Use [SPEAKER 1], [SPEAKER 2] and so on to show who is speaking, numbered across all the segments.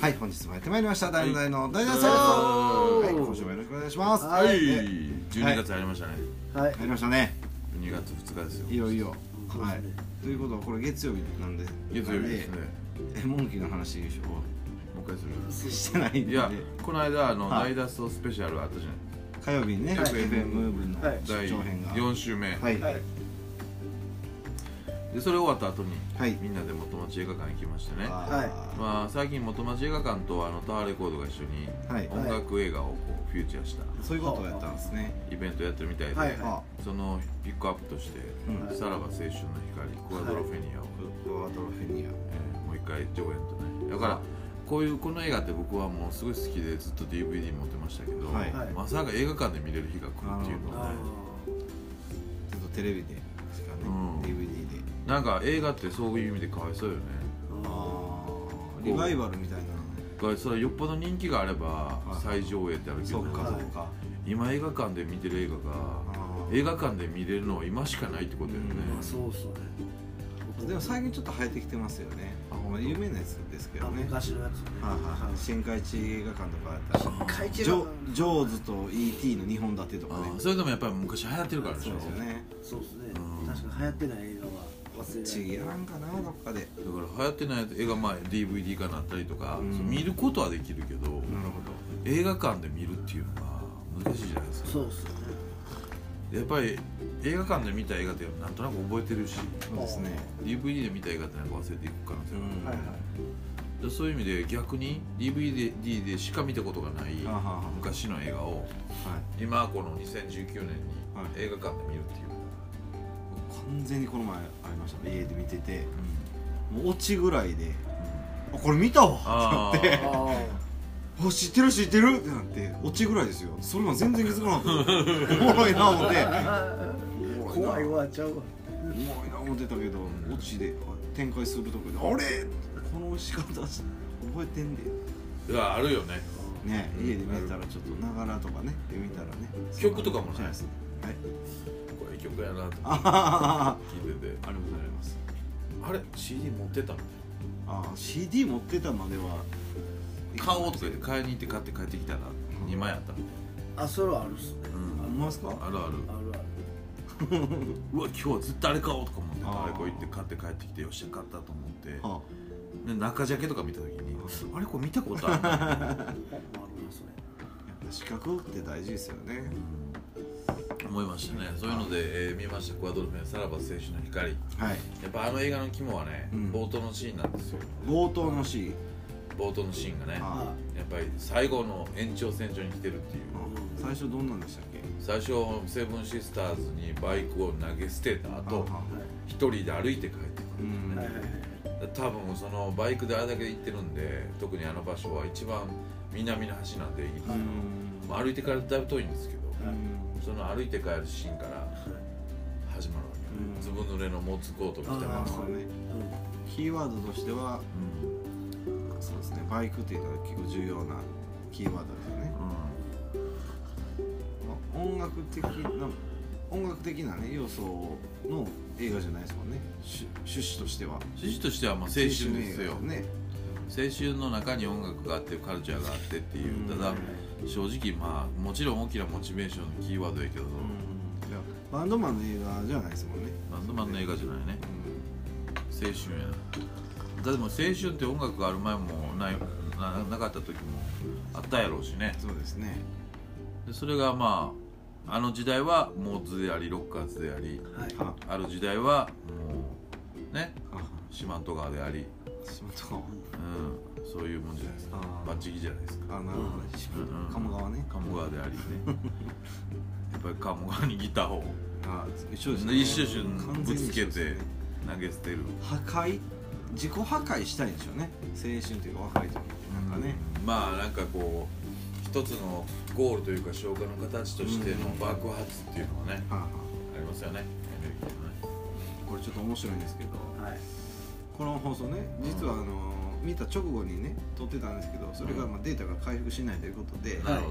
[SPEAKER 1] はい、本日もやってまいりました。大の大の大の大
[SPEAKER 2] は
[SPEAKER 1] はいい、今週もよろしくお願いします。
[SPEAKER 2] は
[SPEAKER 1] はいい、
[SPEAKER 3] はい
[SPEAKER 1] 入
[SPEAKER 3] 12月ありましたね
[SPEAKER 2] はい
[SPEAKER 1] りましたね。
[SPEAKER 3] 2月2日ですよ
[SPEAKER 1] いよいよ。
[SPEAKER 2] そう
[SPEAKER 1] は
[SPEAKER 2] で
[SPEAKER 1] い
[SPEAKER 2] すね。
[SPEAKER 1] ということは、これ月曜日なんで。
[SPEAKER 3] 月曜日ですね
[SPEAKER 1] え、モンキーの話でし
[SPEAKER 3] もう一回す
[SPEAKER 1] ょしてないん
[SPEAKER 3] る
[SPEAKER 1] で。
[SPEAKER 3] いやこの間あの
[SPEAKER 1] は
[SPEAKER 3] ダ
[SPEAKER 1] い
[SPEAKER 3] イダストスペシャルあったじゃな
[SPEAKER 1] 火曜日にね、
[SPEAKER 2] はい
[SPEAKER 1] FM ムーブの
[SPEAKER 2] はい
[SPEAKER 3] い
[SPEAKER 1] 出
[SPEAKER 3] 第
[SPEAKER 1] 張編が。
[SPEAKER 3] 4週目
[SPEAKER 1] はい。
[SPEAKER 2] は
[SPEAKER 1] はいい。
[SPEAKER 3] でそれ終わった後に
[SPEAKER 1] はい
[SPEAKER 3] みんなで元町映画館行きましてね
[SPEAKER 1] は
[SPEAKER 3] まあ最近元町映画館とあのタワーレコードが一緒に
[SPEAKER 1] はい
[SPEAKER 3] 音楽映画をこうフューチャーした
[SPEAKER 1] い。そういうことをやったんですね。
[SPEAKER 3] イベントやってるみたいで
[SPEAKER 2] はいは
[SPEAKER 1] あ、
[SPEAKER 3] そのピックアップとして
[SPEAKER 1] うん
[SPEAKER 3] 「さらば青春の光クアドロフェニア」を
[SPEAKER 1] ロアドロフェニア。
[SPEAKER 3] えーもう一回上演とねだからこういうこの映画って僕はもうすごい好きでずっと DVD 持ってましたけど、
[SPEAKER 1] はい
[SPEAKER 2] はい
[SPEAKER 3] まさか映画館で見れる日が来るっていうの
[SPEAKER 1] な
[SPEAKER 3] は
[SPEAKER 2] あ
[SPEAKER 3] ね
[SPEAKER 1] ちょっとテレビで。ですかね
[SPEAKER 3] うん。
[SPEAKER 1] DVD で。
[SPEAKER 3] なんか映画ってそういう意味でかわいそうよね
[SPEAKER 2] ー
[SPEAKER 1] ああ。リバイバルみたいなのね。
[SPEAKER 3] だからそれよっぽど人気があれば
[SPEAKER 1] はい
[SPEAKER 3] 再上映ってあるけ
[SPEAKER 1] そ
[SPEAKER 3] ど
[SPEAKER 1] うか、そ
[SPEAKER 2] は
[SPEAKER 1] う
[SPEAKER 2] い
[SPEAKER 1] か。
[SPEAKER 3] 今映画館で見てる映画が
[SPEAKER 1] あー
[SPEAKER 3] 映画館で見れるのは今しかないってことよね、
[SPEAKER 2] まあそうっすよね僕
[SPEAKER 1] でも最近ちょっと生えてきてますよね。あ、ほんま有名なやつですけど
[SPEAKER 2] あ
[SPEAKER 1] ね。はい
[SPEAKER 2] 昔のやつね
[SPEAKER 1] はいはい。新海地映画館とかやったら。
[SPEAKER 2] 海地
[SPEAKER 1] ジ
[SPEAKER 2] 映画
[SPEAKER 1] ョ
[SPEAKER 2] 館
[SPEAKER 1] ジョーズと E.T. の2本立てと
[SPEAKER 3] あ
[SPEAKER 1] かね
[SPEAKER 3] ー。それでもやっぱり昔流行ってるからでし
[SPEAKER 1] そ
[SPEAKER 3] ょ
[SPEAKER 1] うですよね。
[SPEAKER 2] そうっすね
[SPEAKER 3] うん
[SPEAKER 2] 確か流行ってない映画は忘れ
[SPEAKER 1] ち
[SPEAKER 2] ない
[SPEAKER 1] ぎらんかな、どっかで。
[SPEAKER 3] だから流行ってない映画まあ DVD 化なったりとか、
[SPEAKER 1] うん
[SPEAKER 3] そう見ることはできるけど、
[SPEAKER 1] なるほ
[SPEAKER 3] 映画館で見るっていうのが難しいじゃないですか
[SPEAKER 2] そうっすよね
[SPEAKER 3] やっぱり映画館で見た映画ってなんとなく覚えてるし
[SPEAKER 1] ど。そうですね。
[SPEAKER 3] DVD で見た映画ってなんか忘れていく可能性が
[SPEAKER 1] うん
[SPEAKER 2] はいはい
[SPEAKER 3] あるでそういう意味で逆に DVD でしか見たことがない
[SPEAKER 1] あはは
[SPEAKER 3] 昔の映画を
[SPEAKER 1] はい。
[SPEAKER 3] 今この2019年に
[SPEAKER 1] はい
[SPEAKER 3] 映画館で見るっていう、
[SPEAKER 1] 完全にこの前ありましたね。家で見てて、もう落ちぐらいで、
[SPEAKER 3] う
[SPEAKER 1] あこれ見た わ
[SPEAKER 3] あー
[SPEAKER 1] ってなって。
[SPEAKER 2] あ
[SPEAKER 1] あ知ってる知ってるってなって落ちぐらいですよそれも全然気づかなかったおもろいな思って
[SPEAKER 2] あ怖いわちゃうわ
[SPEAKER 1] おもろいな思ってたけど落ちで展開するとこであれこの仕方覚えてんで
[SPEAKER 3] んいやあるよね
[SPEAKER 1] ね
[SPEAKER 3] うん
[SPEAKER 1] 家で見たらちょっとながらとかねで見たらね
[SPEAKER 3] 曲とかもね
[SPEAKER 1] そうなんですはい
[SPEAKER 3] これいい曲やなと
[SPEAKER 1] あははは
[SPEAKER 3] 聞いてて
[SPEAKER 1] ありますあります
[SPEAKER 3] あれ CD 持ってたみたい
[SPEAKER 1] あ CD 持ってたまでは
[SPEAKER 3] な買おうとか言って買いに行って買って帰ってきたら2枚あったみ
[SPEAKER 2] あそれはあるっすね
[SPEAKER 3] たいな、
[SPEAKER 1] あんますか
[SPEAKER 3] あるある
[SPEAKER 2] あるある
[SPEAKER 3] うわ今日ずっとあれ買おうとか思って
[SPEAKER 1] あー
[SPEAKER 3] あれこう行って買って帰ってきてよっしゃ買ったと思って
[SPEAKER 1] あ
[SPEAKER 3] で中ジャケとか見た時にあれこれ見たことあるな
[SPEAKER 2] あるな
[SPEAKER 1] や
[SPEAKER 2] それ
[SPEAKER 1] っぱ資格って大事ですよね
[SPEAKER 3] 思いましたねそういうので、えー見ましたクアドルフェン「さらば青春の光」や
[SPEAKER 1] はい
[SPEAKER 3] っぱあの映画の肝はね、
[SPEAKER 1] うん
[SPEAKER 3] 冒頭のシーンなんですよ
[SPEAKER 1] 冒頭のシ
[SPEAKER 3] 冒頭のシーンがね
[SPEAKER 1] ーンあ
[SPEAKER 2] あ
[SPEAKER 3] やっぱり最後の延長線上に来てるっていう
[SPEAKER 1] あ最初どんなんでしたっけ
[SPEAKER 3] 最初セブンシスターズにバイクを投げ捨てた後
[SPEAKER 1] あ
[SPEAKER 2] はい
[SPEAKER 3] 一人で歩いて帰ってくる
[SPEAKER 1] う
[SPEAKER 2] はい
[SPEAKER 1] ん
[SPEAKER 2] はいはい
[SPEAKER 3] 多分そのバイクであれだけ行ってるんで特にあの場所は一番南の端なんでイギリスのまあ歩いてからだいぶ遠いんですけど
[SPEAKER 1] うん
[SPEAKER 3] その歩いて帰るシーンから始まるわけよ
[SPEAKER 1] うん
[SPEAKER 3] ずぶ濡れのモーツコート着た
[SPEAKER 1] あ
[SPEAKER 3] ま
[SPEAKER 1] あそ
[SPEAKER 3] ま
[SPEAKER 1] うねキーワードとしては
[SPEAKER 3] うん
[SPEAKER 1] そうですねバイクっていうのは結構重要なキーワードですよね、まあ、音楽的な音楽的なね要素の映画じゃないですもんねし趣旨としては
[SPEAKER 3] 趣旨としてはまあ青春ですよ
[SPEAKER 1] 青春映画ね
[SPEAKER 3] 青春の中に音楽があってカルチャーがあってっていう
[SPEAKER 1] う
[SPEAKER 3] た
[SPEAKER 1] ん
[SPEAKER 3] だ正直まあもちろん大きなモチベーションのキーワードやけど
[SPEAKER 1] うんいやバンドマンの映画じゃないですもんね、
[SPEAKER 3] バンドマンの映画じゃないね
[SPEAKER 1] う
[SPEAKER 3] 青春やなだってもう青春って音楽がある前もないななかった時もあったやろうしね
[SPEAKER 1] ん、そうですね
[SPEAKER 3] でそれがまああの時代はモーズでありロッカーズであり
[SPEAKER 2] はい
[SPEAKER 1] あ
[SPEAKER 3] ある時代はもうね
[SPEAKER 1] あ
[SPEAKER 3] 四万十川であり、
[SPEAKER 1] 仕事
[SPEAKER 3] うん、そういうもんじゃないですか
[SPEAKER 1] あー
[SPEAKER 3] バッチギじゃないですか
[SPEAKER 1] あなるほど仕事鴨川ね
[SPEAKER 3] 鴨川 でありねやっぱり鴨川にギターを
[SPEAKER 1] あ一緒です
[SPEAKER 3] 一緒一緒
[SPEAKER 1] 完全に一緒ですね
[SPEAKER 3] ぶつけて投げ捨てる
[SPEAKER 1] 破壊自己破壊したいんでしょうね青春というか若い時ってなんかね、
[SPEAKER 3] まあなんかこう一つのゴールというか消化の形としての爆発っていうのはね
[SPEAKER 1] はあは
[SPEAKER 3] ありますよねエネルギーのね
[SPEAKER 1] あこれちょっと面白いんですけど
[SPEAKER 2] はい
[SPEAKER 1] この放送ね実はあのー見た直後にね撮ってたんですけどそれがまあデータが回復しないということで
[SPEAKER 2] はい
[SPEAKER 3] なる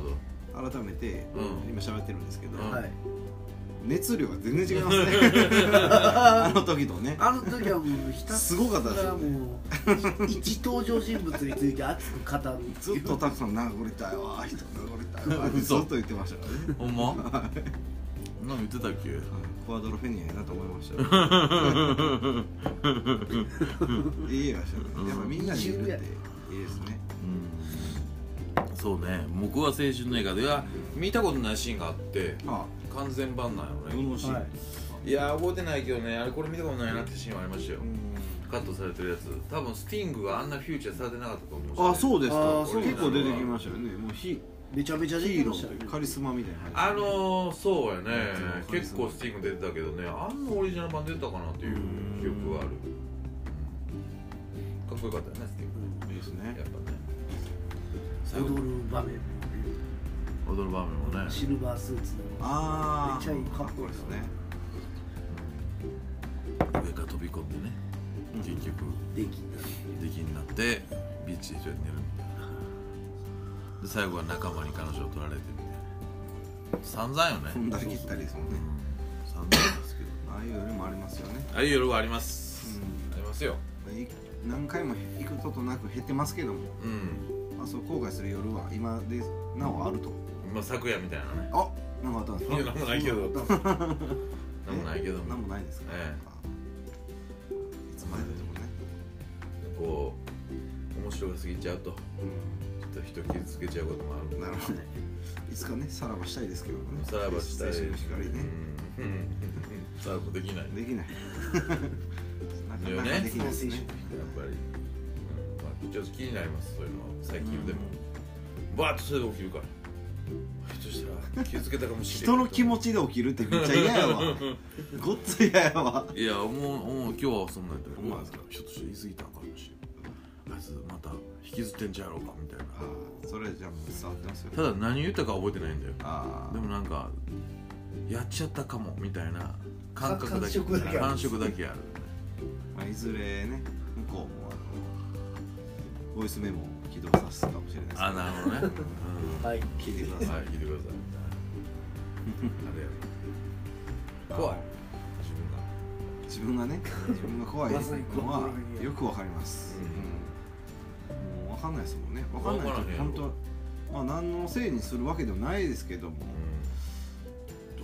[SPEAKER 3] ほど
[SPEAKER 1] 改めて
[SPEAKER 3] うん
[SPEAKER 1] 今喋ってるんですけど
[SPEAKER 3] うん
[SPEAKER 2] はい
[SPEAKER 1] 熱量が全然違いますねあの時とね
[SPEAKER 2] あの時はもうひた
[SPEAKER 1] す
[SPEAKER 2] す
[SPEAKER 1] ごかったです
[SPEAKER 2] ら
[SPEAKER 1] よね
[SPEAKER 2] も う一登場人物について熱く語る
[SPEAKER 1] ずっとたくさん殴りたいわ人殴りたいわってずっと言ってましたからね
[SPEAKER 3] ほ んま何言ってたっけ
[SPEAKER 1] フォワードのフェニアやなと思いましたよいい映画でしたねやっぱみんなにいるっていいですね
[SPEAKER 3] うんそうね僕は青春の映画では見たことないシーンがあって
[SPEAKER 1] あ
[SPEAKER 3] 完全版なん
[SPEAKER 1] あ
[SPEAKER 3] よね
[SPEAKER 1] のシーン、
[SPEAKER 2] はい
[SPEAKER 3] いやー覚えてないけどねあれこれ見たことないなってシーンはありましたよカットされてるやつ多分スティングがあんなフューチャーされてなかったと思うしね
[SPEAKER 1] あそうですか
[SPEAKER 2] あそう
[SPEAKER 1] 結構出てきましたよねもうヒ
[SPEAKER 2] めちゃめちゃ
[SPEAKER 1] ヒ
[SPEAKER 2] 出て
[SPEAKER 1] ーロ
[SPEAKER 2] ましたよね
[SPEAKER 1] ーカリスマみたいな
[SPEAKER 3] あ
[SPEAKER 1] 感じ
[SPEAKER 3] のー、そうやね
[SPEAKER 1] そう
[SPEAKER 3] 結構スティング出てたけどねあんなオリジナル版出てたかなっていう記憶があるうんかっこよかったよねスティン
[SPEAKER 1] いいです
[SPEAKER 3] グ
[SPEAKER 1] ね
[SPEAKER 3] やっぱね
[SPEAKER 2] 踊る場面も
[SPEAKER 3] 踊る場面もね
[SPEAKER 2] シルバースーツの
[SPEAKER 1] ああ
[SPEAKER 2] めっちゃいいかっこいい
[SPEAKER 1] ですね
[SPEAKER 3] 上から飛び込んでね結局
[SPEAKER 2] でき
[SPEAKER 3] 出来になってビーチで一緒に寝るみたいなで最後は仲間に彼女を取られてみたいな散々よね
[SPEAKER 1] 踏んだり切ったりですもん
[SPEAKER 3] う
[SPEAKER 1] ね
[SPEAKER 3] ん散々ですけど
[SPEAKER 1] ああいう夜もありますよね
[SPEAKER 3] ああいう夜はあります、
[SPEAKER 1] う
[SPEAKER 3] ありますよ
[SPEAKER 1] い何回も行くことなく減ってますけども、
[SPEAKER 3] うん
[SPEAKER 1] まあ、そう後悔する夜は今でなおあると
[SPEAKER 3] まあ昨夜みたいなね
[SPEAKER 1] あなんかあったんです
[SPEAKER 3] いや
[SPEAKER 1] か
[SPEAKER 3] なん もないけど
[SPEAKER 2] たな
[SPEAKER 3] なんもないけども
[SPEAKER 1] なんもないですか、
[SPEAKER 3] え
[SPEAKER 1] いつまででもね、
[SPEAKER 3] こう面白が過ぎちゃうとちょっと人傷つけちゃうこともある
[SPEAKER 1] なるほどいつかねさらばしたいですけどね
[SPEAKER 3] さらばしたい
[SPEAKER 1] 青春の光ね、
[SPEAKER 3] うんさらばできない
[SPEAKER 1] できない
[SPEAKER 3] いいよ
[SPEAKER 1] なかなか
[SPEAKER 3] ね
[SPEAKER 1] できないですね
[SPEAKER 3] やっぱり、うんまあ、ちょっと気になりますそういうのは最近でも、バーッとそれで起きるからひょっとしたら気づけたかもしれない
[SPEAKER 1] 人の気持ちで起きるってめっちゃ嫌や わごっつ嫌やわ
[SPEAKER 3] いや思う思う今日はそんなんやったけ
[SPEAKER 1] ほん
[SPEAKER 3] ど
[SPEAKER 1] ま
[SPEAKER 3] まあ
[SPEAKER 1] ですか
[SPEAKER 3] ひょっとして言い過ぎたんかもしれんあいつまた引きずってんじゃろうかみたいな
[SPEAKER 1] あーそれじゃあ伝わってますよ
[SPEAKER 3] ただ何言ったか覚えてないんだよ
[SPEAKER 1] ああ
[SPEAKER 3] でもなんかやっちゃったかもみたいな感覚だ
[SPEAKER 2] 感
[SPEAKER 3] け
[SPEAKER 2] 触だけある
[SPEAKER 3] 感触だけある
[SPEAKER 1] まあ、いずれね向こうもあのボイスメモを起動させるかもしれないですけど
[SPEAKER 3] あなるほどね、
[SPEAKER 2] はい
[SPEAKER 1] うん聞いてくだ
[SPEAKER 3] うん、
[SPEAKER 1] さい
[SPEAKER 3] はい聞いてくださいあれやろ 怖い自分が
[SPEAKER 1] 自分がね自分が怖いの
[SPEAKER 2] まさに怖い
[SPEAKER 1] はよくわかります、うんもうわかんないですもんねわかんない
[SPEAKER 3] わからへ
[SPEAKER 1] と
[SPEAKER 3] ん
[SPEAKER 1] 本当まあ何のせいにするわけでもないですけども
[SPEAKER 3] うん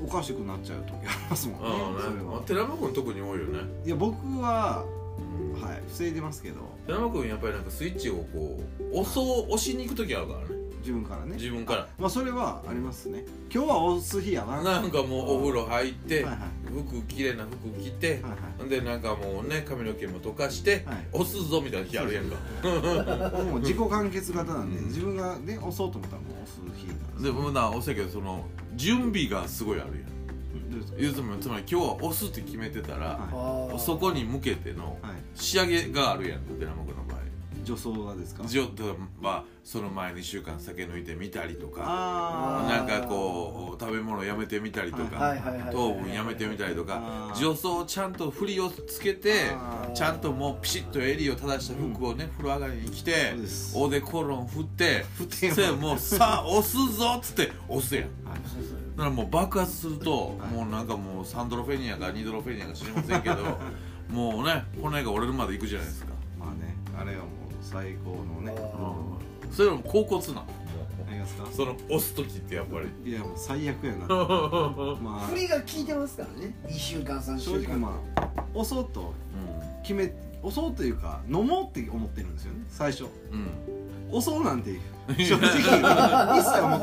[SPEAKER 1] おかしくなっちゃう時ありますもんね
[SPEAKER 3] ああ
[SPEAKER 1] そ
[SPEAKER 3] ね
[SPEAKER 1] れ
[SPEAKER 3] まあ
[SPEAKER 1] は
[SPEAKER 3] 寺山君特に多いよね、
[SPEAKER 1] いや僕ははい防いでますけど
[SPEAKER 3] 寺山君やっぱりなんかスイッチをこう押そう押しに行く時あるからね
[SPEAKER 1] 自分からね
[SPEAKER 3] 自分か
[SPEAKER 1] まあそれはありますね今日は押す日やな
[SPEAKER 3] らなんかもうお風呂入っ
[SPEAKER 1] は
[SPEAKER 3] て、
[SPEAKER 1] いはい
[SPEAKER 3] 服綺麗な服着て、
[SPEAKER 1] はいはい
[SPEAKER 3] んでなんかもうね髪の毛も溶かして、
[SPEAKER 1] はい
[SPEAKER 3] 押すぞみたいな日あるやんか
[SPEAKER 1] もう自己完結型なんで、
[SPEAKER 3] うん
[SPEAKER 1] 自分がね押そうと思ったらもう押す日なんです
[SPEAKER 3] でもな押せけどその準備がすごいあるやん
[SPEAKER 1] どうですか
[SPEAKER 3] ゆずもつまり今日は押すって決めてたら、
[SPEAKER 1] は
[SPEAKER 3] そこに向けての
[SPEAKER 1] はい
[SPEAKER 3] 仕上げがあるやんか寺山君の場合
[SPEAKER 1] 女装はですか
[SPEAKER 3] ジョットはその前に週間酒抜いてみたりとか
[SPEAKER 1] あ
[SPEAKER 3] な
[SPEAKER 1] あ
[SPEAKER 3] んかこう食べ物やめてみたりとか、
[SPEAKER 2] はいはいはいはい
[SPEAKER 3] 糖分やめてみたりと
[SPEAKER 1] あ
[SPEAKER 3] か
[SPEAKER 1] ー
[SPEAKER 3] 助走をちゃんと振りをつけて
[SPEAKER 1] あー
[SPEAKER 3] ちゃんともうピシッと襟を正した服をね、風呂上がりに着て
[SPEAKER 1] そうです
[SPEAKER 3] おでコロン振って
[SPEAKER 1] 振って
[SPEAKER 3] それもうさあ押すぞっつって押すやん
[SPEAKER 1] はい
[SPEAKER 2] そうそう
[SPEAKER 3] だからもう爆発すると、
[SPEAKER 1] はい
[SPEAKER 3] もうなんかもう3ドロフェニアか2ドロフェニアか知りませんけどもうね骨が折れるまでいくじゃないですか、
[SPEAKER 1] まあねあれはもう最高のね
[SPEAKER 2] あ
[SPEAKER 3] うん、それはもう恍惚なの
[SPEAKER 1] ありますか
[SPEAKER 3] その押す時ってやっぱり
[SPEAKER 1] いやもう最悪や なま
[SPEAKER 2] 振りが効いてますからね2週間3
[SPEAKER 1] あ
[SPEAKER 2] 週
[SPEAKER 1] 正
[SPEAKER 2] 間
[SPEAKER 1] 直まあ押そうと
[SPEAKER 3] う
[SPEAKER 1] 決め押そうというか飲もうって思ってるんですよね最初
[SPEAKER 3] んうん
[SPEAKER 1] 押そうなんて正直一切思って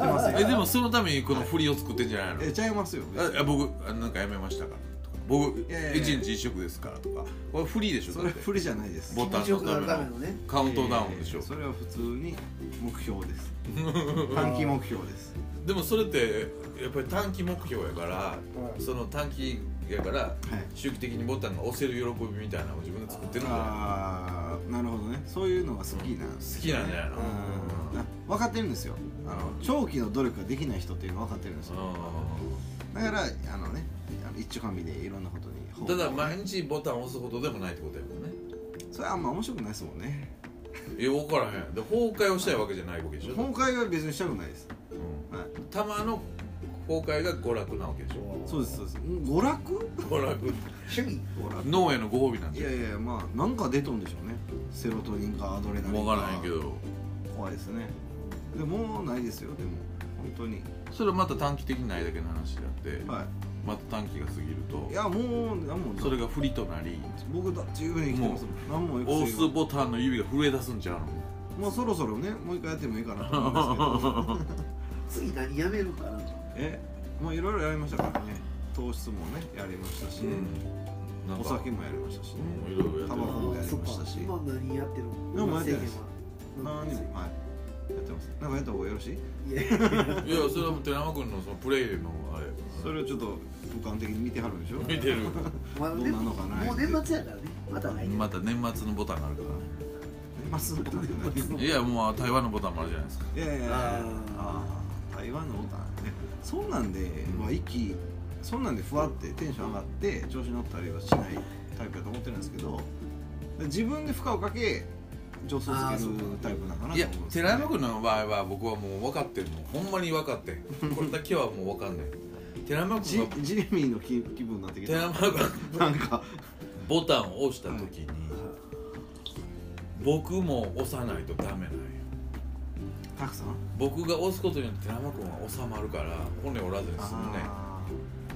[SPEAKER 1] ません
[SPEAKER 3] えでもそのためにこの振りを作ってんじゃないの、
[SPEAKER 1] えちゃいますよ
[SPEAKER 3] ああ僕あなんかやめましたからとか僕
[SPEAKER 1] いやいやいや
[SPEAKER 3] 一日一食ですからとかこれフリーでしょ
[SPEAKER 1] そ
[SPEAKER 3] だ
[SPEAKER 1] れ
[SPEAKER 3] って
[SPEAKER 1] 不利じゃないです
[SPEAKER 3] ボ
[SPEAKER 2] 気持ちよくなるためのね
[SPEAKER 3] カウントダウンでしょ、
[SPEAKER 1] えーそれは普通に目標です 短期目標です
[SPEAKER 3] でもそれってやっぱり短期目標やからその短期やから
[SPEAKER 1] はい
[SPEAKER 3] 周期的にボタンが押せる喜びみたいなのを自分で作ってるんじゃ
[SPEAKER 1] あーなるほどねそういうのが好きなん
[SPEAKER 3] 好きなんじゃないの
[SPEAKER 1] うんな分かってるんですよあの長期の努力ができない人っていうのは分かってるんですよ
[SPEAKER 3] な
[SPEAKER 1] だからあのねあの一丁紙でいろんなことに
[SPEAKER 3] いただ毎日ボタン押すほどでもないってことやもんね
[SPEAKER 1] それはあんま面白くないですもんね
[SPEAKER 3] いや分からへんで崩壊をしたいわけじゃないわけでしょ、
[SPEAKER 1] 崩壊は別にしたくないです、
[SPEAKER 3] うん
[SPEAKER 1] はい、
[SPEAKER 3] たまの崩公開が娯楽なわけでしょ
[SPEAKER 1] そうですそうですん娯楽
[SPEAKER 3] 娯楽
[SPEAKER 2] 趣味
[SPEAKER 1] 娯楽
[SPEAKER 3] 脳へのご褒美なん
[SPEAKER 1] い
[SPEAKER 3] じゃ
[SPEAKER 1] やいやまあなんか出とんでしょうねセロトニンかアドレナリン
[SPEAKER 3] 分からへんけど
[SPEAKER 1] 怖いですねでもうないですよでも本当に
[SPEAKER 3] それはまた短期的にないだけの話であって
[SPEAKER 1] は
[SPEAKER 3] また短期が過ぎると
[SPEAKER 1] いいやもうなんも
[SPEAKER 3] それが不利となり
[SPEAKER 1] 僕だ十分に生きてますもん何もよく
[SPEAKER 3] 押
[SPEAKER 1] す
[SPEAKER 3] すボタンの指が震え出すんちゃうの
[SPEAKER 1] もうそろそろねもう一回やってもいいかなと思うんですけど
[SPEAKER 2] 次何やめるかな
[SPEAKER 1] えまあいろいろやりましたからね糖質もねやりましたし、
[SPEAKER 3] なん
[SPEAKER 1] お
[SPEAKER 3] か
[SPEAKER 1] 酒もやりましたしね、
[SPEAKER 3] うんいろいろやって
[SPEAKER 1] タバコもやりましたし
[SPEAKER 2] 今何やってるの
[SPEAKER 1] でもやってないです
[SPEAKER 2] 今
[SPEAKER 1] 何に
[SPEAKER 2] 制
[SPEAKER 1] もはいやってますなんかやった方がよろしい
[SPEAKER 2] 限はい
[SPEAKER 3] やそれは寺山君のそのプレイのあれ
[SPEAKER 1] それをちょっと俯瞰的に見てはるんでしょ
[SPEAKER 3] 見てる
[SPEAKER 2] いまあ
[SPEAKER 1] どうなのかな
[SPEAKER 2] もう年末やからねまた来年
[SPEAKER 3] また年末のボタンがあるか
[SPEAKER 1] まっすぐない
[SPEAKER 3] らねいやもう台湾のボタンもあるじゃないですか
[SPEAKER 1] いやいやいや
[SPEAKER 2] あー
[SPEAKER 1] あー台湾のボタンねそんなんで、まあ、息そんなんでふわってテンション上がって調子乗ったりはしないタイプだと思ってるんですけど自分で負荷をかけ上層
[SPEAKER 2] あー
[SPEAKER 1] つ
[SPEAKER 2] そう
[SPEAKER 1] け
[SPEAKER 2] か
[SPEAKER 1] るタイプなのかなと思うん
[SPEAKER 3] い
[SPEAKER 1] で
[SPEAKER 3] や
[SPEAKER 1] すけど
[SPEAKER 3] 寺山君の場合は僕はもう分かってるのほんまに分かってんこれだけはもう分かんない寺山君が
[SPEAKER 1] ジジレミーの気気分になってき
[SPEAKER 3] 寺
[SPEAKER 1] た
[SPEAKER 3] 山君が
[SPEAKER 1] なん か
[SPEAKER 3] ボタンを押した時に僕も押さないとダメなんよ
[SPEAKER 1] たくさん
[SPEAKER 3] 僕が押すことによって寺山君は収まるから骨折らずに済むね
[SPEAKER 1] あ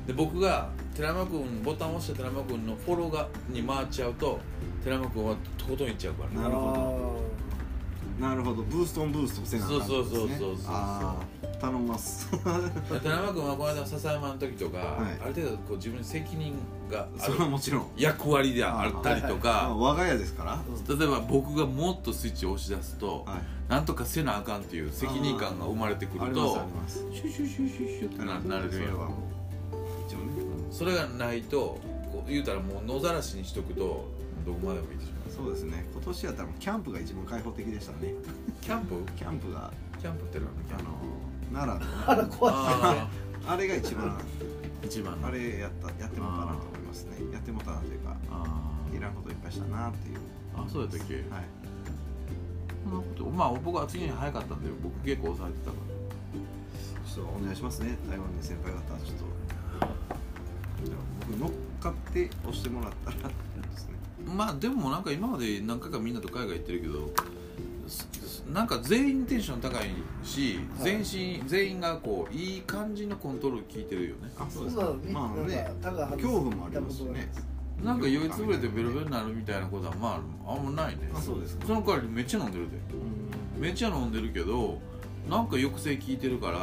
[SPEAKER 3] で僕が寺山君ボタンを押した寺山君のフォローがに回っちゃうと寺山君はとことんいっちゃう からね
[SPEAKER 1] なるほーなるほどブーストオンブーストせなあかんってことですね
[SPEAKER 3] そうそうそうそうそう
[SPEAKER 1] あー頼みます
[SPEAKER 3] だから寺山君はこの間の笹山の時とか、
[SPEAKER 1] はい
[SPEAKER 3] ある程度こう自分に責任があ
[SPEAKER 1] それは
[SPEAKER 3] る
[SPEAKER 1] もちろん
[SPEAKER 3] 役割であったりと
[SPEAKER 1] まあ
[SPEAKER 3] か
[SPEAKER 1] 我が家ですからは
[SPEAKER 3] 例えば僕がもっとスイッチを押し出すと、
[SPEAKER 1] い
[SPEAKER 3] なんとかせなあかんっていう責任感が生まれてく
[SPEAKER 1] あ
[SPEAKER 3] る
[SPEAKER 1] ります
[SPEAKER 3] と
[SPEAKER 1] あります
[SPEAKER 3] シュシュシュシュシュってななるん
[SPEAKER 1] そ
[SPEAKER 3] や
[SPEAKER 1] れはもう一応ね
[SPEAKER 3] それがないとこう言うたらもう野ざらしにしとくとどこまでも行ってしま
[SPEAKER 1] そうですね今年やったらもうキャンプが一番開放的でしたね
[SPEAKER 3] うキャンプ
[SPEAKER 1] キャンプが
[SPEAKER 3] キャンプってなんだキャン
[SPEAKER 1] あ
[SPEAKER 3] プ
[SPEAKER 1] の奈良の
[SPEAKER 2] あら怖い
[SPEAKER 3] あ
[SPEAKER 1] あれが一 番
[SPEAKER 3] ー一番の
[SPEAKER 1] あれやったやってもうたなと思いますねやってもうたなというか
[SPEAKER 3] あ
[SPEAKER 1] いらんこといっぱいしたなっていう
[SPEAKER 3] ーあそうやったっけ
[SPEAKER 1] はい
[SPEAKER 3] そんなことまあ僕は次に早かったんで僕結構抑えてたか
[SPEAKER 1] ちょっとお願いしますね台湾に先輩方ちょっとじゃあ僕乗っかって押してもらったらですね
[SPEAKER 3] らまあでもなんか今まで何回かみんなと海外行ってるけどすすなんか全員テンション高いし、
[SPEAKER 2] はい
[SPEAKER 3] 全身全員がこういい感じのコントロール効いてるよね
[SPEAKER 1] あ
[SPEAKER 2] そ
[SPEAKER 1] そううです
[SPEAKER 2] な
[SPEAKER 1] か
[SPEAKER 2] のね
[SPEAKER 1] まあね
[SPEAKER 2] なんか多分
[SPEAKER 1] 恐怖もありますしね
[SPEAKER 3] なんか酔いつぶれてベロベロになるみたいなことはまああんまないね
[SPEAKER 1] あそうですか
[SPEAKER 3] その代わりめっちゃ飲んでるでめっちゃ飲んでるけどなんか抑制効いてるから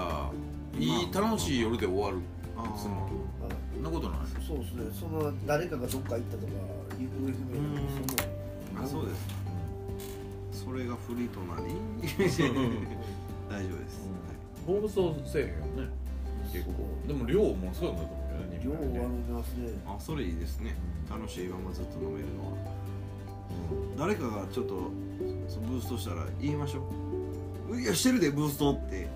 [SPEAKER 3] いい
[SPEAKER 1] まあ
[SPEAKER 3] 楽しい夜で終わる
[SPEAKER 1] あ
[SPEAKER 3] その
[SPEAKER 1] ー
[SPEAKER 3] そんなことない
[SPEAKER 2] あそうですねその誰かがどっか行ったとか行方不明
[SPEAKER 1] うん
[SPEAKER 2] とか
[SPEAKER 1] あそうですそれがフリーとなり 大丈夫です、
[SPEAKER 3] 放送せえへんよね
[SPEAKER 2] そ
[SPEAKER 3] 結
[SPEAKER 2] の
[SPEAKER 3] 構でも量もそうなんだと思うけ
[SPEAKER 2] 量
[SPEAKER 3] ど
[SPEAKER 2] は
[SPEAKER 3] ね
[SPEAKER 2] 飲みますね
[SPEAKER 1] はい、あそれいいですね楽しいままずっと飲めるのは誰かがちょっとそブーストしたら言いましょう「いやしてるでブースト」って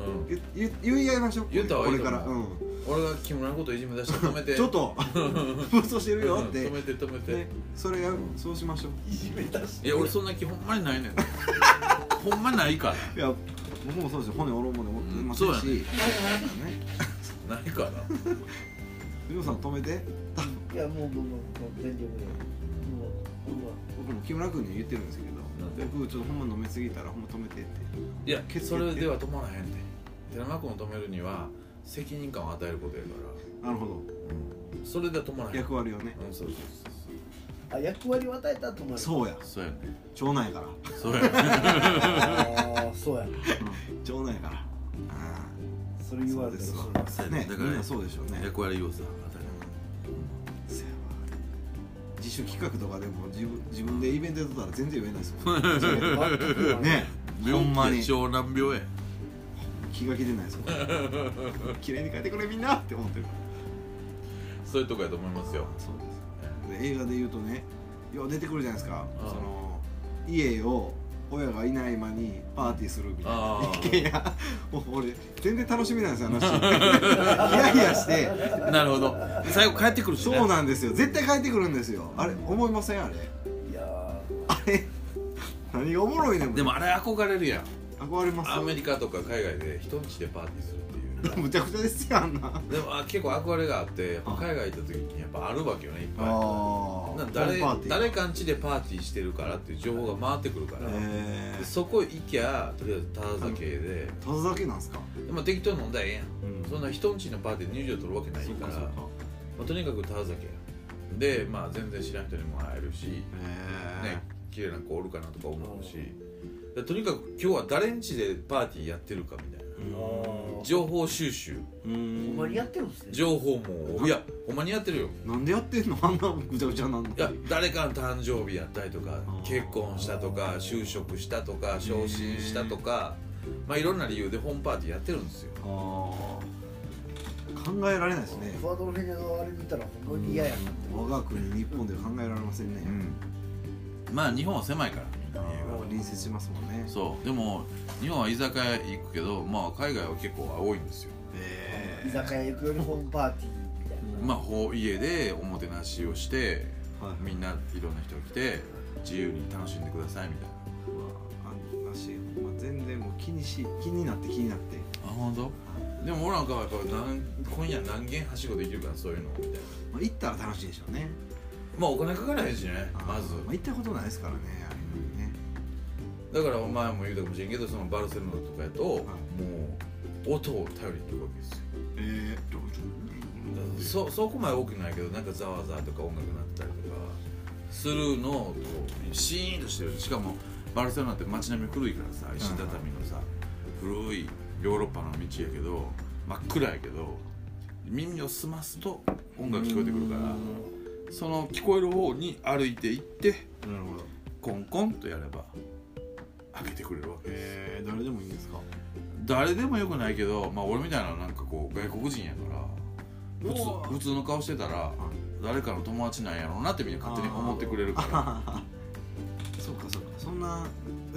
[SPEAKER 3] うん、うん、
[SPEAKER 1] 言言言い合いましょう
[SPEAKER 3] 言った方がいい
[SPEAKER 1] これから、
[SPEAKER 3] と
[SPEAKER 1] う
[SPEAKER 3] 思
[SPEAKER 1] ん、
[SPEAKER 3] 俺が木村のこといじめ出したら止め て
[SPEAKER 1] ちょっと ブーストしてる
[SPEAKER 3] うん
[SPEAKER 1] よって、
[SPEAKER 3] 止めて止めて、
[SPEAKER 1] ね、それやそうしましょう
[SPEAKER 2] いじめ出し
[SPEAKER 3] いや俺そんな気ほんまにないねんほんまないか
[SPEAKER 1] いや僕もそうですよ骨折ろうもで持ってませ
[SPEAKER 3] うんん
[SPEAKER 1] し、
[SPEAKER 3] そうや
[SPEAKER 1] ね
[SPEAKER 3] らないから
[SPEAKER 1] 藤本さん止めて
[SPEAKER 2] いやもうもうもうもう全力でもうもう
[SPEAKER 1] 僕も木村君に言ってるんですけ
[SPEAKER 3] なんで
[SPEAKER 1] ど僕ちょっとほんま飲みすぎたらほんま止めてって
[SPEAKER 3] いや
[SPEAKER 1] 決定
[SPEAKER 3] それでは止まらへんで寺山君を止めるには責任感を与えることやか
[SPEAKER 1] なるほど
[SPEAKER 3] ら、うん、それでは止まらへん
[SPEAKER 1] 役割をね
[SPEAKER 3] うんそうそう
[SPEAKER 2] あ役割を与えたと思うう
[SPEAKER 1] そうや
[SPEAKER 3] そうそうやね
[SPEAKER 1] 町内やから
[SPEAKER 3] そうやね
[SPEAKER 2] ああそうや
[SPEAKER 1] 町内やからあ
[SPEAKER 2] それ言われたら
[SPEAKER 1] そう
[SPEAKER 2] う
[SPEAKER 1] あね
[SPEAKER 3] だから
[SPEAKER 1] みんなそうでしょうね
[SPEAKER 3] 役割要素は与
[SPEAKER 1] せやわ自主企画とかでも自分自分でイベントやってたら全然言えないですもん
[SPEAKER 2] や
[SPEAKER 1] ね
[SPEAKER 3] え
[SPEAKER 1] ほんま
[SPEAKER 3] 病
[SPEAKER 1] に
[SPEAKER 3] 気や長男病や
[SPEAKER 1] 気が気出ないですもん 綺麗に書いてくれみんなって思ってるから
[SPEAKER 3] そういうとこやと思いますよ
[SPEAKER 1] そうですで映画で言うとねよう出てくるじゃないですか
[SPEAKER 3] ああ
[SPEAKER 1] その家を親がいない間にパーティーするみたいな
[SPEAKER 3] ああ
[SPEAKER 1] いやもう俺全然楽しみなんですよ 話ヒヤヒヤして
[SPEAKER 3] なるほど最後帰ってくるし、ね、
[SPEAKER 1] そうなんですよ絶対帰ってくるんですよあれ思いませんあれ
[SPEAKER 2] いや
[SPEAKER 1] あれ何がおもろいねん
[SPEAKER 3] でもあれ憧れるやん
[SPEAKER 1] 憧れます
[SPEAKER 3] アメリカとか海外で人んちでパーティーするっていう
[SPEAKER 1] むちゃくちゃですよあんな
[SPEAKER 3] でもあ結構憧れがあってやっぱ海外行った時にやっぱあるわけよねいっぱい
[SPEAKER 1] あ
[SPEAKER 3] な誰
[SPEAKER 1] パーティー
[SPEAKER 3] 誰かんちでパーティーしてるからっていう情報が回ってくるから、
[SPEAKER 1] えー、
[SPEAKER 3] でそこ行きゃとりあえずタダ酒で、
[SPEAKER 1] ただだけなんですか、
[SPEAKER 3] まあ、適当に飲んだらええやん
[SPEAKER 1] うん
[SPEAKER 3] そんな人んちのパーティーで入場取るわけない
[SPEAKER 1] そっか
[SPEAKER 3] か
[SPEAKER 1] らそっか
[SPEAKER 3] まあ、とにかくタダ酒で、まあ、全然知らん人にも会えるし、
[SPEAKER 1] え
[SPEAKER 3] ね綺麗な子おるかなとか思うしでとにかく今日は誰んちでパーティーやってるかみたいな
[SPEAKER 1] えー、
[SPEAKER 2] ほ
[SPEAKER 3] 情報収集
[SPEAKER 1] うん
[SPEAKER 2] んまにやってるんですね
[SPEAKER 3] 情報もいやほんまにやってるよ
[SPEAKER 1] なんでやってんのあ んなぐちゃぐちゃなんの
[SPEAKER 3] いや誰かの誕生日やったりとか
[SPEAKER 1] ー
[SPEAKER 3] 結婚したとか就職したとか昇進したとかまあいろんな理由でホームパーティーやってるんですよ
[SPEAKER 1] あー考えられないですね
[SPEAKER 2] フォワードの辺があれ見たら本当に嫌やな
[SPEAKER 1] 我が国日本では考えられませんね、
[SPEAKER 3] まあ日本は狭いからみんな家が
[SPEAKER 1] 隣接しますもんね
[SPEAKER 3] そうでも日本は居酒屋行くけどまあ海外は結構多いんですよ
[SPEAKER 1] ええ
[SPEAKER 2] 居酒屋行くよりホームパーティーみたいな
[SPEAKER 3] まあほ家でおもてなしをして
[SPEAKER 1] あ、はい、
[SPEAKER 3] みんないろんな人が来て自由に楽しんでくださいみたい
[SPEAKER 1] まあ
[SPEAKER 3] な
[SPEAKER 1] あんなし、まあ、全然もう気にし気になって気になって
[SPEAKER 3] あ本当？でも俺なんかはやっぱ何今夜何軒はしごできるからそういうのみたいな
[SPEAKER 1] まあ、行ったら楽しいでしょうね
[SPEAKER 3] まあお金かからへんしねまず
[SPEAKER 1] あ、行ったことないですからねあれにね
[SPEAKER 3] だからお前も言うたかもしれんけどそのバルセロナとかやと、もう音を頼りに行くわけですよ
[SPEAKER 1] ええー、どう
[SPEAKER 3] だからそそこまで多くないけどなんかざわざわとか音楽になったりとかするのとシーンとしてるしかもバルセロナって街並み古いからさ石畳のさ、古いヨーロッパの道やけど真っ暗やけど耳を澄ますと音楽聞こえてくるからその聞こえる方に歩いていって
[SPEAKER 1] なるほど
[SPEAKER 3] コンコンとやれば開けてくれるわけです
[SPEAKER 1] ええー、誰でもいいんですか
[SPEAKER 3] 誰でもよくないけど、まあ、俺みたいななんかこう外国人やから普
[SPEAKER 1] うわ
[SPEAKER 3] 通普通の顔してたら誰かの友達なんやろうなってみんな勝手に思ってくれるか
[SPEAKER 1] そうかそうかそんな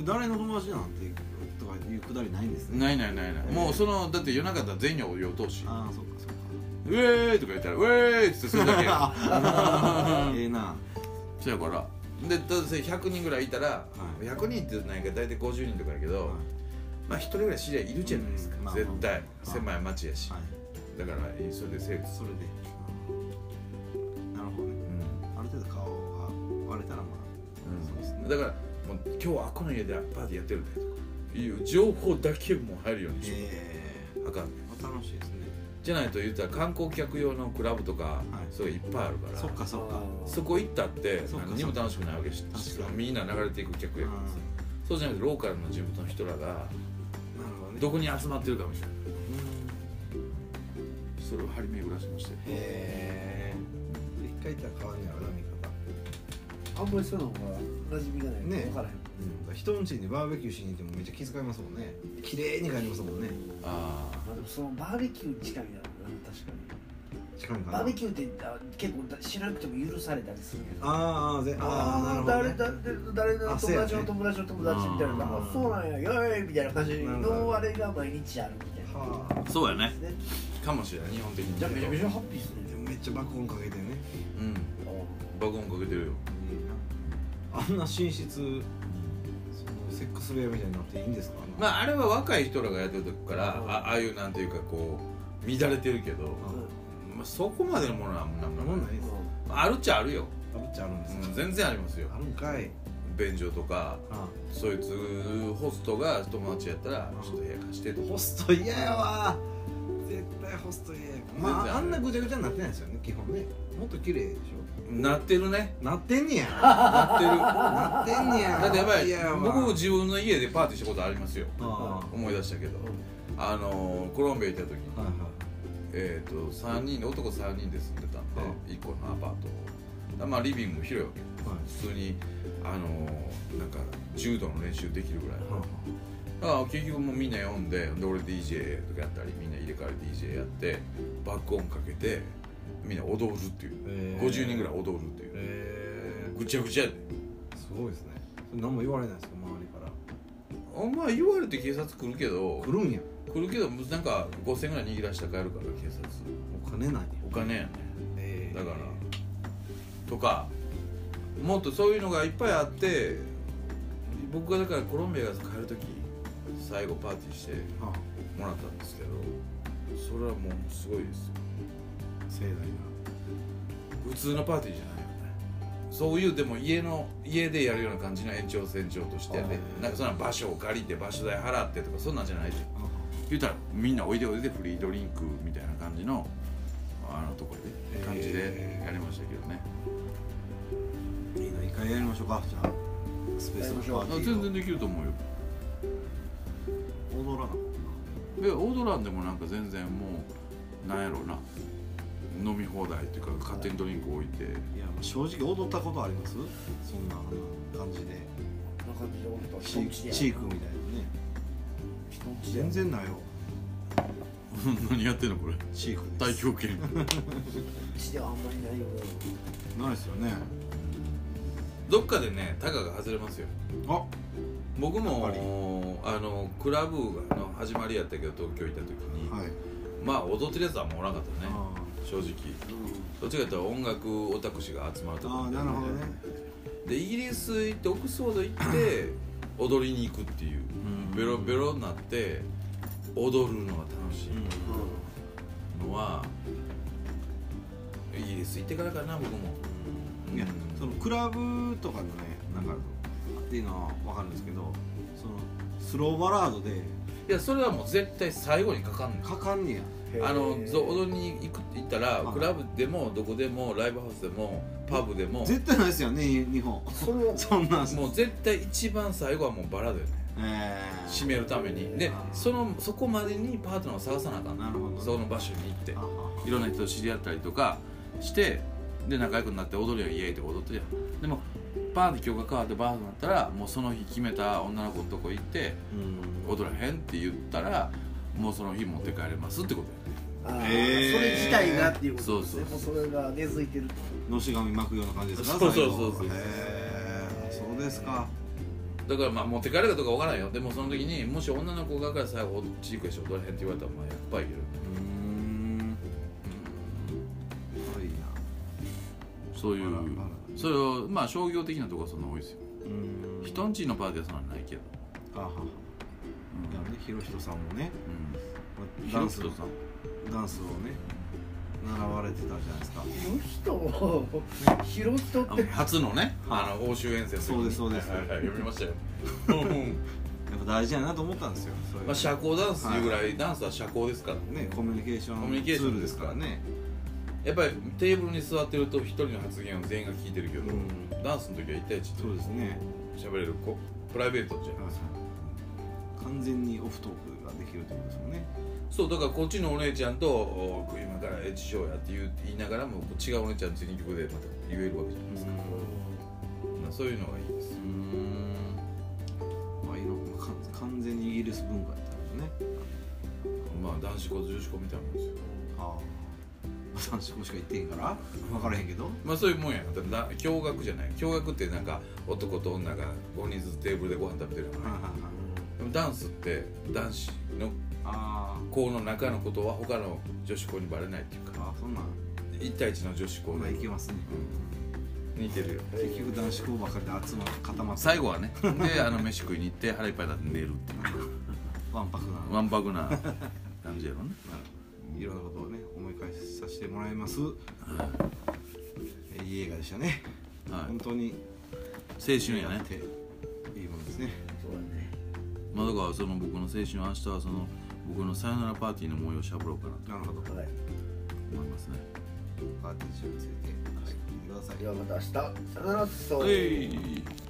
[SPEAKER 1] 誰の友達なんてとかいうくだりないんです
[SPEAKER 3] ら
[SPEAKER 1] ね
[SPEAKER 3] ないないないない、もうそのだって夜中だったら全員を通し
[SPEAKER 1] ああそうかそうか
[SPEAKER 3] 「ウェーイ!」とか言ったら「ウェーイ!」ってそれだけ
[SPEAKER 1] ええな
[SPEAKER 3] そやからでだって100人ぐらいいたら、
[SPEAKER 1] い
[SPEAKER 3] 100人ってなんか大体50人とかやけど、
[SPEAKER 1] はい
[SPEAKER 3] まあ1人ぐらい知り合いいるじゃないですか、
[SPEAKER 1] うんまあ
[SPEAKER 3] 絶対、
[SPEAKER 1] はい
[SPEAKER 3] 狭い町やし、
[SPEAKER 1] はい
[SPEAKER 3] だからそれでセーフです
[SPEAKER 1] それでなるほどねある程度顔が割れたらまあ、そうですね
[SPEAKER 3] だからもう今日はこの家でパーティーやってるんだよという情報だけも入るようにしよ
[SPEAKER 1] え
[SPEAKER 3] うあかんねん
[SPEAKER 1] ー、楽しいですね
[SPEAKER 3] じゃないと言ったら観光客用のクラブとか、
[SPEAKER 1] い
[SPEAKER 3] そういういっぱいあるから
[SPEAKER 1] そっかそっか
[SPEAKER 3] そこ行ったって
[SPEAKER 1] そっか
[SPEAKER 3] 何にも楽しくないわけし
[SPEAKER 1] か
[SPEAKER 3] しみんな流れていく客やからさそうじゃなくてローカルの地元の人らが
[SPEAKER 1] うんなるほどね
[SPEAKER 3] どこに集まってるかみたいな
[SPEAKER 1] うん
[SPEAKER 3] それを張り巡らしまして
[SPEAKER 1] へえ一回行ったら変わんねやろな見方
[SPEAKER 2] あんまりそういうのが馴染みがない
[SPEAKER 1] ね
[SPEAKER 2] 分からへん
[SPEAKER 1] 人ん家にバーベキューしに行ってもめっちゃ気遣いますもんね綺麗に帰りますもんね
[SPEAKER 3] ああ
[SPEAKER 2] まあでもそのバーベキューに近いんだろうな確かに
[SPEAKER 1] 近いかな
[SPEAKER 2] バーベキューってあ結構だ知らなくても許されたりするけど
[SPEAKER 1] あーあーぜあーなるほど、ね、
[SPEAKER 2] 誰誰誰の
[SPEAKER 1] あそうやね
[SPEAKER 2] 友達の友達の友達みたいな
[SPEAKER 3] あー
[SPEAKER 2] なんかそうなんやよいみたいな感じ
[SPEAKER 1] なるほど
[SPEAKER 2] のあれが毎日あるみたいな
[SPEAKER 1] はあ
[SPEAKER 3] そうやね
[SPEAKER 2] ね
[SPEAKER 3] かもしれない日本的に
[SPEAKER 2] じゃあめちゃめちゃハッピーですね
[SPEAKER 1] でもめっちゃ爆音かけてね
[SPEAKER 3] うん爆音かけてる
[SPEAKER 1] いい
[SPEAKER 3] よ
[SPEAKER 1] なあんな寝室そのセックス部屋みたいになっていいんですかあ
[SPEAKER 3] まああれは若い人らがやってる時から
[SPEAKER 2] うん
[SPEAKER 3] あああいうなんていうかこう乱れてるけど、まあ、そこまでのものはなん
[SPEAKER 1] ん
[SPEAKER 3] も
[SPEAKER 1] なもんないいです
[SPEAKER 3] あるっちゃあるよ、
[SPEAKER 1] あぶっちゃあるんです
[SPEAKER 3] う
[SPEAKER 1] か
[SPEAKER 3] ん、全然ありますよ
[SPEAKER 1] あるんかい
[SPEAKER 3] 便所とか
[SPEAKER 1] あ
[SPEAKER 3] そいつホストが友達やったら
[SPEAKER 1] うん
[SPEAKER 3] ちょっと部屋貸してとか
[SPEAKER 1] ホスト嫌やわ絶対ホスト嫌やま
[SPEAKER 3] 全然あ
[SPEAKER 1] あ
[SPEAKER 3] る
[SPEAKER 1] あんなぐちゃぐちゃになってないですよね基本ねもっと綺麗でし
[SPEAKER 3] なってるね
[SPEAKER 1] ょなってんね や
[SPEAKER 3] なってる
[SPEAKER 1] なってんねや
[SPEAKER 3] だってやっぱり
[SPEAKER 1] やわ
[SPEAKER 3] 僕自分の家でパーティーしたことありますよ
[SPEAKER 1] あ
[SPEAKER 3] 思い出したけどあのコロンビア行った時に
[SPEAKER 1] あはいはい
[SPEAKER 3] えー、と3人で男3人で住んでたんで
[SPEAKER 1] う
[SPEAKER 3] 1個のアパートをまあリビングも広いわけ
[SPEAKER 1] はい
[SPEAKER 3] 普通にあのーなんか柔道の練習できるぐらい
[SPEAKER 1] は
[SPEAKER 3] だから結局もうみんな読んでで俺 DJ とかやったりみんな入れ替わり DJ やって爆音かけてみんな踊るっていう、
[SPEAKER 1] えー
[SPEAKER 3] 50人ぐらい踊るっていう、
[SPEAKER 1] え
[SPEAKER 3] ぐちゃぐちゃやで
[SPEAKER 1] ー、すごいですねそれ何も言われないですか周りから
[SPEAKER 3] お前言われて警察来るけど
[SPEAKER 1] 来るんや
[SPEAKER 3] 来るけどなんか5000ぐらい握らして帰るから警察
[SPEAKER 1] お金ない
[SPEAKER 3] お金やね
[SPEAKER 1] え
[SPEAKER 3] だからとかもっとそういうのがいっぱいあって僕がだからコロンビアが帰る時最後パーティーして
[SPEAKER 1] は
[SPEAKER 3] もらったんですけどそれはもうすごいですよ
[SPEAKER 1] 盛大な
[SPEAKER 3] 普通のパーティーじゃないよねそういうでも家の家でやるような感じの延長線上としてやって
[SPEAKER 1] あー
[SPEAKER 3] なんかそんな場所を借りて場所代払ってとかそんなんじゃないで言ったらみんなおいでおいでフリードリンクみたいな感じのあのとこで
[SPEAKER 1] へー
[SPEAKER 3] 感じでやりましたけどね、
[SPEAKER 1] いいな一回やりましょうかじゃあスペースのパーテ
[SPEAKER 3] あ
[SPEAKER 1] ィー
[SPEAKER 3] 全然できると思うよ
[SPEAKER 1] 踊らな
[SPEAKER 3] でオードランでもなんか全然もうなんやろうな飲み放題っていうか勝手にドリンク置いて
[SPEAKER 1] いやまあ正直踊ったことありますそんな感じで
[SPEAKER 2] こんな感じで本当
[SPEAKER 1] チーチークみたいなね全然ないよ
[SPEAKER 3] 何やってんのこれ
[SPEAKER 1] チーク
[SPEAKER 3] 代
[SPEAKER 1] です
[SPEAKER 3] 表権
[SPEAKER 2] ちではあんまりないよね
[SPEAKER 1] ないですよね
[SPEAKER 3] どっかでねタガが外れますよ
[SPEAKER 1] あ
[SPEAKER 3] 僕
[SPEAKER 1] やっぱり
[SPEAKER 3] もあのクラブの始まりやったけど東京行った時に、
[SPEAKER 1] はい
[SPEAKER 3] まあ踊ってるやつはもうおらんかったね
[SPEAKER 1] あ
[SPEAKER 3] 正直どっちかというと音楽オタク氏が集まる
[SPEAKER 1] ー
[SPEAKER 3] とこ
[SPEAKER 1] あー
[SPEAKER 3] みた
[SPEAKER 1] ないるほ
[SPEAKER 3] ん
[SPEAKER 1] ど
[SPEAKER 3] で
[SPEAKER 1] ね
[SPEAKER 3] でイギリス行ってオックスフォード行って 踊りに行くっていう
[SPEAKER 1] うん
[SPEAKER 3] ベロベロになって踊るのが楽しいのはイギリス行ってからかな僕も
[SPEAKER 1] いや
[SPEAKER 3] うん
[SPEAKER 1] そのクラブとかのねなんかっていうのは分かるんですけどそのスローバラードで
[SPEAKER 3] いやそれはもう絶対最後にかかんない
[SPEAKER 1] かかんねや
[SPEAKER 3] あのぞ踊りに行く行ったら
[SPEAKER 1] はい
[SPEAKER 3] クラブでもどこでもライブハウスでもパブでも
[SPEAKER 1] 絶対ないですよね日本
[SPEAKER 2] それを
[SPEAKER 1] そんなん
[SPEAKER 3] もう絶対一番最後はもうバラだよね
[SPEAKER 1] えー
[SPEAKER 3] 締めるためにでそのそこまでにパートナーを探さなあかん
[SPEAKER 1] なるほど
[SPEAKER 3] その場所に行って
[SPEAKER 1] あ
[SPEAKER 3] いろんな人と知り合ったりとかしてで仲良くなって踊りはイエーイって踊ってるやんでもバーンって今日が変わってバーンとなったらもうその日決めた女の子のとこ行って
[SPEAKER 1] うん
[SPEAKER 3] 踊らへんって言ったらもうその日持って帰れますってことやね
[SPEAKER 2] あー
[SPEAKER 1] へー
[SPEAKER 2] それ自体がっていうことですね
[SPEAKER 3] そうそ
[SPEAKER 2] もうそれが根付いてる
[SPEAKER 1] のし紙巻くような感じですか
[SPEAKER 3] そうそう
[SPEAKER 1] 最後
[SPEAKER 3] そうそう
[SPEAKER 1] へえそうですか
[SPEAKER 3] だからまあ持って帰るかどうかわからないよでもその時にもし女の子がから最後チークでしょ踊らへんって言われたらまあやっぱりいる
[SPEAKER 1] うーんいいな
[SPEAKER 3] そういう
[SPEAKER 1] あらあら
[SPEAKER 3] それをまあ商業的なとこはそんな多いですよ
[SPEAKER 1] うん
[SPEAKER 3] 人んちのパーティーはそんなのないけど
[SPEAKER 1] あはは
[SPEAKER 3] うん
[SPEAKER 1] いやねひろひとさんもね
[SPEAKER 3] うん
[SPEAKER 1] ダ
[SPEAKER 3] 広
[SPEAKER 1] ン
[SPEAKER 3] く
[SPEAKER 1] ス
[SPEAKER 3] とさ
[SPEAKER 1] ダンスをね習われてたじゃないですか
[SPEAKER 2] よひろひとっ
[SPEAKER 3] あ
[SPEAKER 2] て
[SPEAKER 3] 初のね
[SPEAKER 1] はい
[SPEAKER 3] あの欧州遠征の時に
[SPEAKER 1] そうですそうです
[SPEAKER 3] はいはい はい読みましたようん
[SPEAKER 1] やっぱ大事やなと思ったんですよそういう
[SPEAKER 3] まあ社交ダンスいうぐらいダンスは社交ですから
[SPEAKER 1] ねコミュニケーショ
[SPEAKER 3] コミュ
[SPEAKER 1] ン
[SPEAKER 3] ニ
[SPEAKER 1] ツ
[SPEAKER 3] ケーション
[SPEAKER 1] ールですからね
[SPEAKER 3] やっぱりテーブルに座ってると一人の発言を全員が聞いてるけど
[SPEAKER 1] うん
[SPEAKER 3] ダンスの時は一対一
[SPEAKER 1] そうですね
[SPEAKER 3] 喋れるこプライベートじゃん
[SPEAKER 1] 完全にオフトークができるってことですもんね
[SPEAKER 3] そうだからこっちのお姉ちゃんとお「今からエッチショーや」って言う言いながらも違うお姉ちゃんの次の曲でまた言えるわけじゃないですか、まあそういうのがいいです
[SPEAKER 1] うーんまあいろんなか完全にイギリス文化やったんですね
[SPEAKER 3] まあ男子校と女子校みたいなもんですよ
[SPEAKER 1] ああ男子校しか行ってへんから分からへんけど
[SPEAKER 3] まあそういうもんやだってな共学じゃない共学ってなんか男と女が5人ずつテーブルでご飯食べてるよねでもダンスって男子の
[SPEAKER 1] あ
[SPEAKER 3] 校の中のことは他の女子校にバレないっていう
[SPEAKER 1] ー
[SPEAKER 3] か
[SPEAKER 1] あーそんなん
[SPEAKER 3] 1対1の女子校
[SPEAKER 1] こんなんいけますね
[SPEAKER 3] うん似てるよ
[SPEAKER 1] 結局男子校ばっかりで集まって固まって
[SPEAKER 3] 最後はねであの飯食いに行って腹いっぱいになって寝るっていう
[SPEAKER 1] わんぱくな
[SPEAKER 3] ワンバグな感じやろね
[SPEAKER 1] まあいろんなことをね思い返させてもらいます、えいい映画でしたね、
[SPEAKER 3] はい
[SPEAKER 1] 本当に
[SPEAKER 3] 青春やね
[SPEAKER 1] っていいものですね
[SPEAKER 2] そうだね
[SPEAKER 3] まあだからその僕の青春は明日はその僕のさよならパーティーの模様をしゃぶろうかなと
[SPEAKER 1] なるほど
[SPEAKER 2] はい
[SPEAKER 3] 思いますね
[SPEAKER 1] パーティションについて聞いてください
[SPEAKER 2] ではまた明日さよなら
[SPEAKER 3] はい